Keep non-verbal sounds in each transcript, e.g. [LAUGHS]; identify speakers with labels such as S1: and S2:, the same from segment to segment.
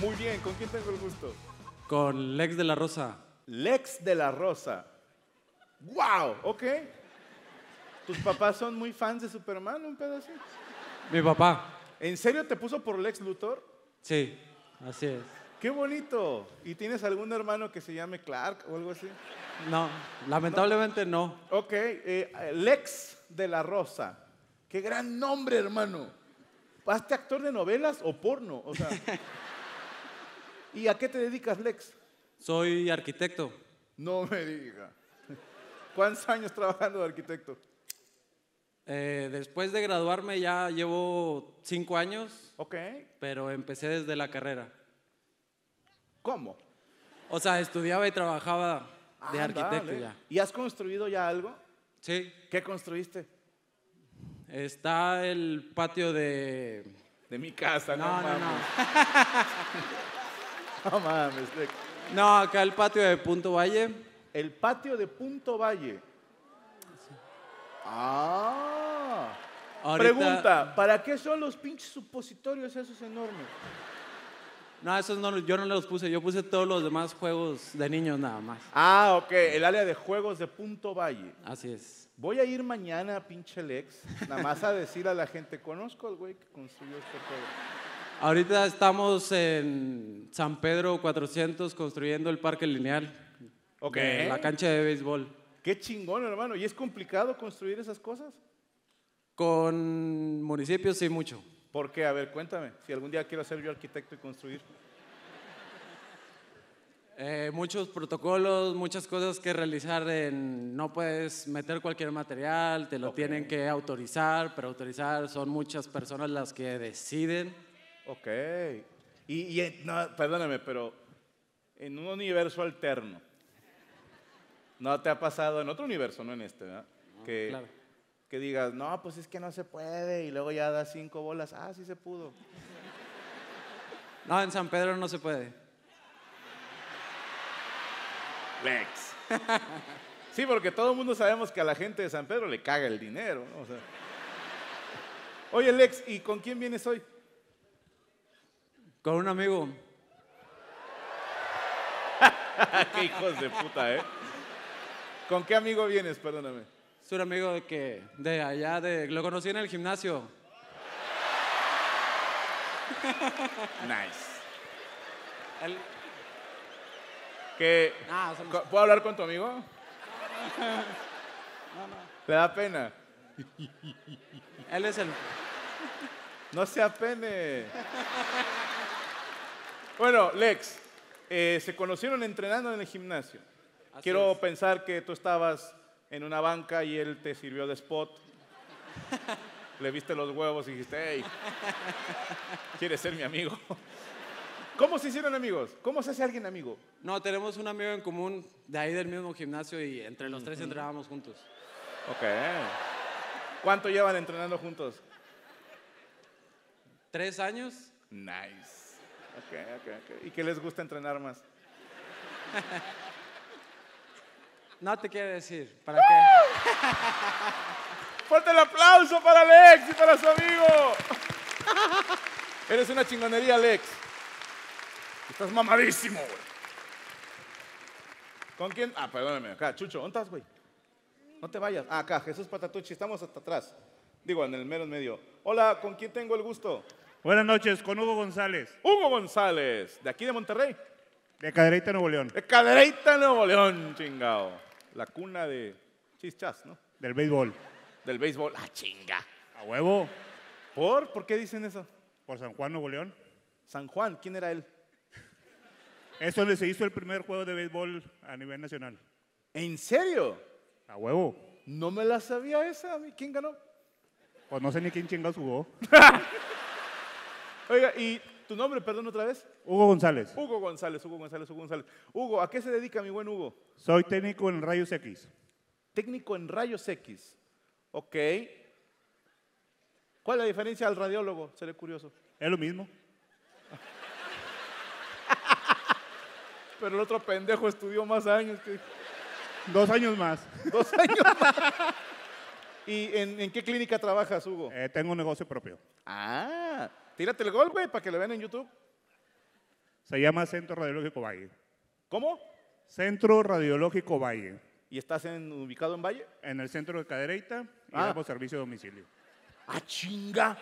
S1: Muy bien, ¿con quién tengo el gusto?
S2: Con Lex de la Rosa.
S1: Lex de la Rosa. ¡Wow! Ok. ¿Tus papás son muy fans de Superman, un pedazo?
S2: Mi papá.
S1: ¿En serio te puso por Lex Luthor?
S2: Sí, así es.
S1: ¡Qué bonito! ¿Y tienes algún hermano que se llame Clark o algo así?
S2: No, lamentablemente no.
S1: Ok, eh, Lex de la Rosa. ¡Qué gran nombre, hermano! ¿Hazte actor de novelas o porno? O sea. ¿Y a qué te dedicas, Lex?
S2: Soy arquitecto.
S1: No me diga. ¿Cuántos años trabajando de arquitecto?
S2: Eh, después de graduarme ya llevo cinco años,
S1: Ok.
S2: pero empecé desde la carrera.
S1: ¿Cómo?
S2: O sea, estudiaba y trabajaba de
S1: Ah,
S2: arquitecto
S1: dale.
S2: ya.
S1: ¿Y has construido ya algo?
S2: Sí,
S1: ¿Qué construiste?
S2: está el patio de...
S1: De mi casa,
S2: No, no, no.
S1: [LAUGHS] No, mames, Lex.
S2: No, acá el patio de Punto Valle.
S1: El patio de Punto Valle. Ah.
S2: Ahorita-
S1: Pregunta, ¿para qué son los pinches supositorios esos enormes?
S2: No, esos no, yo no los puse, yo puse todos los demás juegos de niños nada más.
S1: Ah, ok, el área de juegos de Punto Valle.
S2: Así es.
S1: Voy a ir mañana a pinche Lex, nada más a decir a la gente, conozco al güey que construyó este juego.
S2: Ahorita estamos en San Pedro 400 construyendo el parque lineal.
S1: Ok.
S2: de La cancha de béisbol.
S1: Qué chingón, hermano. ¿Y es complicado construir esas cosas?
S2: Con municipios sí mucho.
S1: ¿Por qué? A ver, cuéntame. Si algún día quiero ser yo arquitecto y construir.
S2: Eh, muchos protocolos, muchas cosas que realizar. En, no puedes meter cualquier material, te lo tienen que autorizar, pero autorizar son muchas personas las que deciden.
S1: Ok. Y, y, eh, no, perdóname, pero en un universo alterno, ¿no te ha pasado en otro universo, no en este, ¿verdad? que,
S2: claro.
S1: que digas, no, pues es que no se puede, y luego ya das cinco bolas, ah, sí se pudo.
S2: No, en San Pedro no se puede.
S1: Lex. [LAUGHS] sí, porque todo el mundo sabemos que a la gente de San Pedro le caga el dinero. ¿no? O sea. Oye, Lex, ¿y con quién vienes hoy?
S2: Con un amigo.
S1: qué hijos de puta, ¿eh? ¿Con qué amigo vienes? Perdóname.
S2: Es un amigo de que de allá, de, lo conocí en el gimnasio.
S1: Nice.
S2: Él-
S1: Que,
S2: Ah, somos-
S1: co- ¿Puedo hablar con tu amigo? ¿Le da pena?
S2: él es el...
S1: No se apene. Bueno, Lex, eh, se conocieron entrenando en el gimnasio.
S2: Así
S1: Quiero
S2: es.
S1: pensar que tú estabas en una banca y él te sirvió de spot.
S2: [LAUGHS]
S1: Le viste los huevos y dijiste, hey, ¿quieres ser mi amigo? ¿Cómo se hicieron amigos? ¿Cómo se hace alguien amigo?
S2: No, tenemos un amigo en común de ahí del mismo gimnasio y entre los tres entrenábamos juntos.
S1: Ok. ¿Cuánto llevan entrenando juntos?
S2: ¿Tres años?
S1: Nice. Ok, ok, ok. ¿Y qué les gusta entrenar más?
S2: No te quiero decir. ¿Para qué?
S1: Fuerte el aplauso para Alex y para su amigo. Eres una chingonería, Alex. Estás mamadísimo, güey. ¿Con quién? Ah, perdóname. Acá, Chucho, ¿dónde estás, güey? No te vayas. Ah, acá, Jesús Patatucci. Estamos hasta atrás. Digo, en el mero en medio. Hola, ¿con quién tengo el gusto?
S3: Buenas noches, con Hugo González,
S1: Hugo González, de aquí de Monterrey.
S3: de Cadereyta, Nuevo León,
S1: De Cadereyta, Nuevo León, chingao. La cuna de chichas, ¿no?
S3: del béisbol.
S1: Del béisbol. Ah, chinga.
S3: A huevo,
S1: ¿Por? ¿Por qué dicen eso?
S3: por San Juan, Nuevo León.
S1: San Juan, ¿quién era él?
S3: Es donde se hizo el primer juego de béisbol a nivel nacional.
S1: ¿En serio?
S3: A huevo,
S1: No me la sabía esa. a mí, ¿Quién ganó?
S3: pues no sé ni quién chingados jugó.
S1: Oiga, ¿y tu nombre, perdón, otra vez?
S3: Hugo González,
S1: Hugo González, Hugo González, Hugo González. Hugo, ¿a qué se dedica mi buen Hugo?
S3: soy técnico en Rayos X.
S1: Técnico en rayos X. Ok. ¿Cuál es la diferencia al radiólogo? Seré curioso.
S3: Es lo mismo.
S1: Pero el otro pendejo estudió más años. que-
S3: Dos años más.
S1: Dos años más. ¿Y en, en qué clínica trabajas, Hugo?
S3: Eh, tengo un negocio propio.
S1: Ah, tírate el gol, güey, para que lo vean en YouTube.
S3: Se llama Centro Radiológico Valle.
S1: ¿Cómo?
S3: Centro Radiológico Valle.
S1: ¿Y estás en- ubicado en Valle?
S3: En el centro de Cadereyta y
S1: Ah.
S3: damos servicio a domicilio.
S1: ¡Ah, chinga!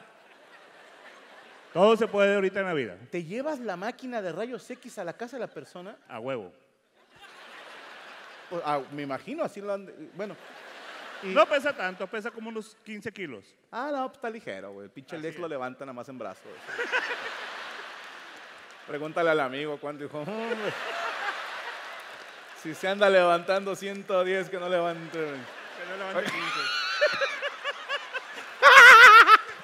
S3: Todo se puede ahorita en la vida.
S1: ¿Te llevas la máquina de rayos X a la casa de la persona?
S3: A huevo.
S1: Pues, ah, me imagino, así lo han... de- Bueno. Y-
S3: No pesa tanto, pesa como unos 15 kilos.
S1: Ah, no, pues está ligero, güey. El pinche Lex lo levanta nada más en brazos. Pregúntale al amigo cuánto dijo. "Hombre, Si se anda levantando 110, que no levante. güey". [LAUGHS]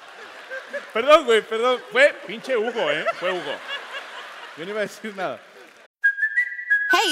S1: Perdón, güey, perdón. Fue pinche Hugo, ¿eh? Fue Hugo. Yo no iba a decir nada.
S4: Hey,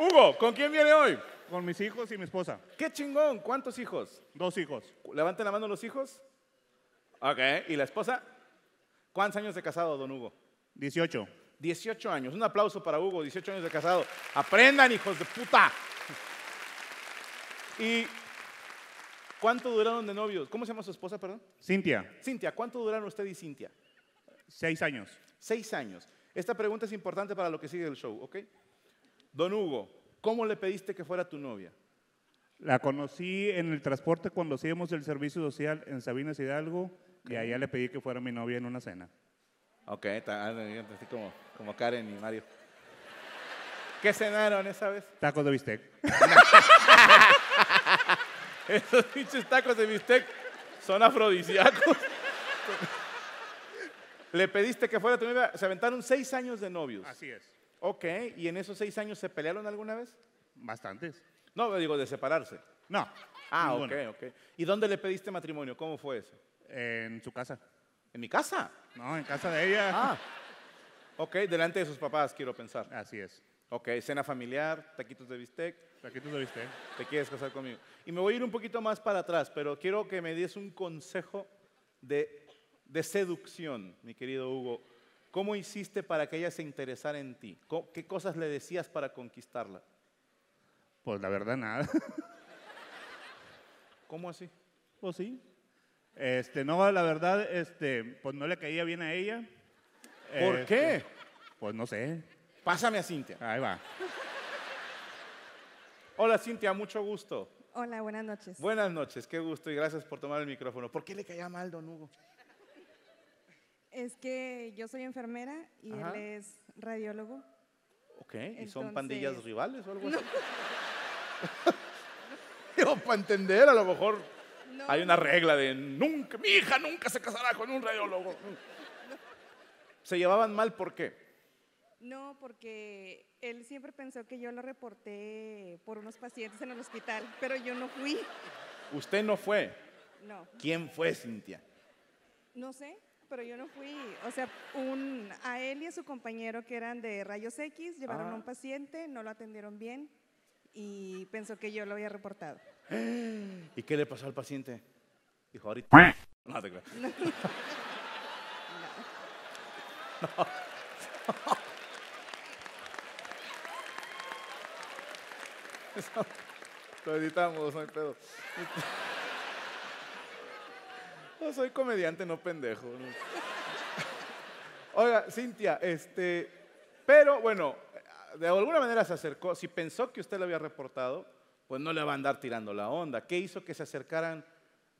S1: Hugo, ¿con quién viene hoy?
S3: Con mis hijos y mi esposa.
S1: ¡Qué chingón! ¿Cuántos hijos?
S3: Dos hijos.
S1: Levanten la mano los hijos. Ok. ¿Y la esposa? ¿Cuántos años de casado, don Hugo?
S3: 18.
S1: 18 años. Un aplauso para Hugo, 18 años de casado. Aprendan, hijos de puta. [LAUGHS] ¿Y cuánto duraron de novios? ¿Cómo se llama su esposa, perdón?
S3: Cintia,
S1: Cintia, ¿cuánto duraron usted y Cintia?
S3: 6 años.
S1: Seis años. Esta pregunta es importante para lo que sigue del show, ¿ok? Don Hugo, ¿cómo le pediste que fuera tu novia?
S3: La conocí en el transporte cuando hacíamos el servicio social en Sabinas Hidalgo y allá le pedí que fuera mi novia en una cena.
S1: Ok, ta- ah, así como, como Karen y Mario. ¿Qué cenaron esa vez?
S3: Tacos de bistec.
S1: Esos pinches tacos de bistec son afrodisíacos. Le pediste que fuera tu novia. Se aventaron seis años de novios.
S3: Así es.
S1: Ok, ¿y en esos seis años se pelearon alguna vez?
S3: Bastantes.
S1: No, digo, de separarse.
S3: No.
S1: Ah, ok,
S3: ninguno.
S1: ok. ¿Y dónde le pediste matrimonio? ¿Cómo fue eso?
S3: En su casa.
S1: ¿En mi casa?
S3: No, en casa de ella.
S1: Ah. Ok, delante de sus papás, quiero pensar.
S3: Así es.
S1: Ok, cena familiar, taquitos de bistec.
S3: Taquitos de bistec.
S1: te quieres casar conmigo. Y me voy a ir un poquito más para atrás, pero quiero que me des un consejo de, de seducción, mi querido Hugo. ¿Cómo hiciste para que ella se interesara en ti? Co- ¿Qué cosas le decías para conquistarla?
S3: Pues la verdad, nada. [LAUGHS]
S1: ¿Cómo así? Oh,
S3: Pues sí. Este, no, la verdad, este, pues no le caía bien a ella.
S1: ¿Por
S3: Este,
S1: qué?
S3: Pues no sé.
S1: Pásame a Cintia.
S3: Ahí va.
S1: Hola Cintia, mucho gusto.
S5: Hola, buenas noches.
S1: Buenas noches, qué gusto y gracias por tomar el micrófono. ¿Por qué le caía mal, don Hugo?
S5: Es que yo soy enfermera y
S1: Ajá.
S5: él es radiólogo.
S1: Ok, ¿y son pandillas
S5: Entonces-
S1: rivales o algo así? [LAUGHS] Digo, para entender, a lo mejor
S5: No.
S1: hay una regla de nunca, mi hija nunca se casará con un radiólogo. Se llevaban mal, ¿por qué?
S5: No, porque él siempre pensó que yo lo reporté por unos pacientes en el hospital, pero yo no fui.
S1: Usted no fue.
S5: No,
S1: ¿Quién fue, Cintia?
S5: no sé, pero yo no fui. O sea, un, a él y a su compañero que eran de rayos X llevaron a un paciente, no lo atendieron bien y pensó que yo lo había reportado.
S1: ¿Y qué le pasó al paciente? Dijo, ahorita. No te creo. Eso [LAUGHS] Lo editamos, no hay pedo. No soy comediante, no pendejo. no. Oiga, Cintia, este. Pero bueno, de alguna manera se acercó. Si pensó que usted lo había reportado, pues no le va a andar tirando la onda. ¿Qué hizo que se acercaran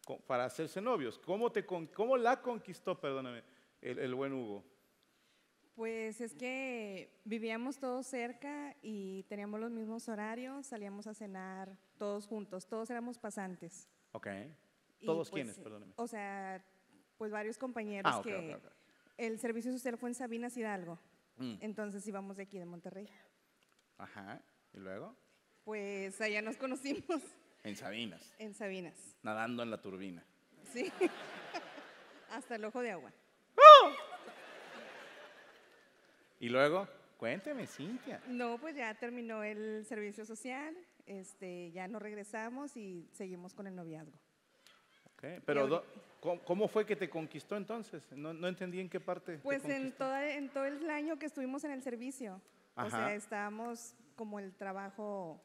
S1: co- para hacerse novios? ¿Cómo, te con- cómo la conquistó, perdóname, el, el buen Hugo?
S5: Pues es que vivíamos todos cerca y teníamos los mismos horarios, salíamos a cenar todos juntos, todos éramos pasantes.
S1: Ok.
S5: Y,
S1: ¿Todos
S5: pues,
S1: quiénes, perdóname?
S5: O sea, pues varios compañeros
S1: Ah, ok,
S5: que
S1: ok, ok.
S5: el servicio social fue en Sabinas Hidalgo,
S1: Mm.
S5: entonces íbamos de aquí de Monterrey.
S1: Ajá. ¿Y luego?
S5: Pues allá nos conocimos [LAUGHS]
S1: En Sabinas,
S5: en Sabinas,
S1: nadando en la turbina.
S5: sí, [LAUGHS] hasta el ojo de agua.
S1: ¿Y luego? Cuénteme, Cintia.
S5: No, pues ya terminó el servicio social, este, ya nos regresamos y seguimos con el noviazgo.
S1: Ok, Pero,
S5: ahorita-
S1: do- ¿cómo, cómo fue que te conquistó entonces? No, no entendí en qué parte. te
S5: Pues en,
S1: conquistó.
S5: toda, en todo el año que estuvimos en el servicio. O
S1: Ajá.
S5: sea, estábamos como el trabajo,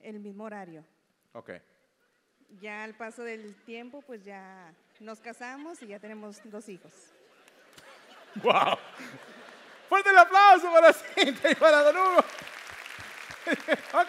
S5: el mismo horario.
S1: Ok.
S5: Ya al paso del tiempo, pues ya nos casamos y ya tenemos dos hijos.
S1: ¡Wow! ¡Fuerte el aplauso para Cintia y para Don Hugo! ok.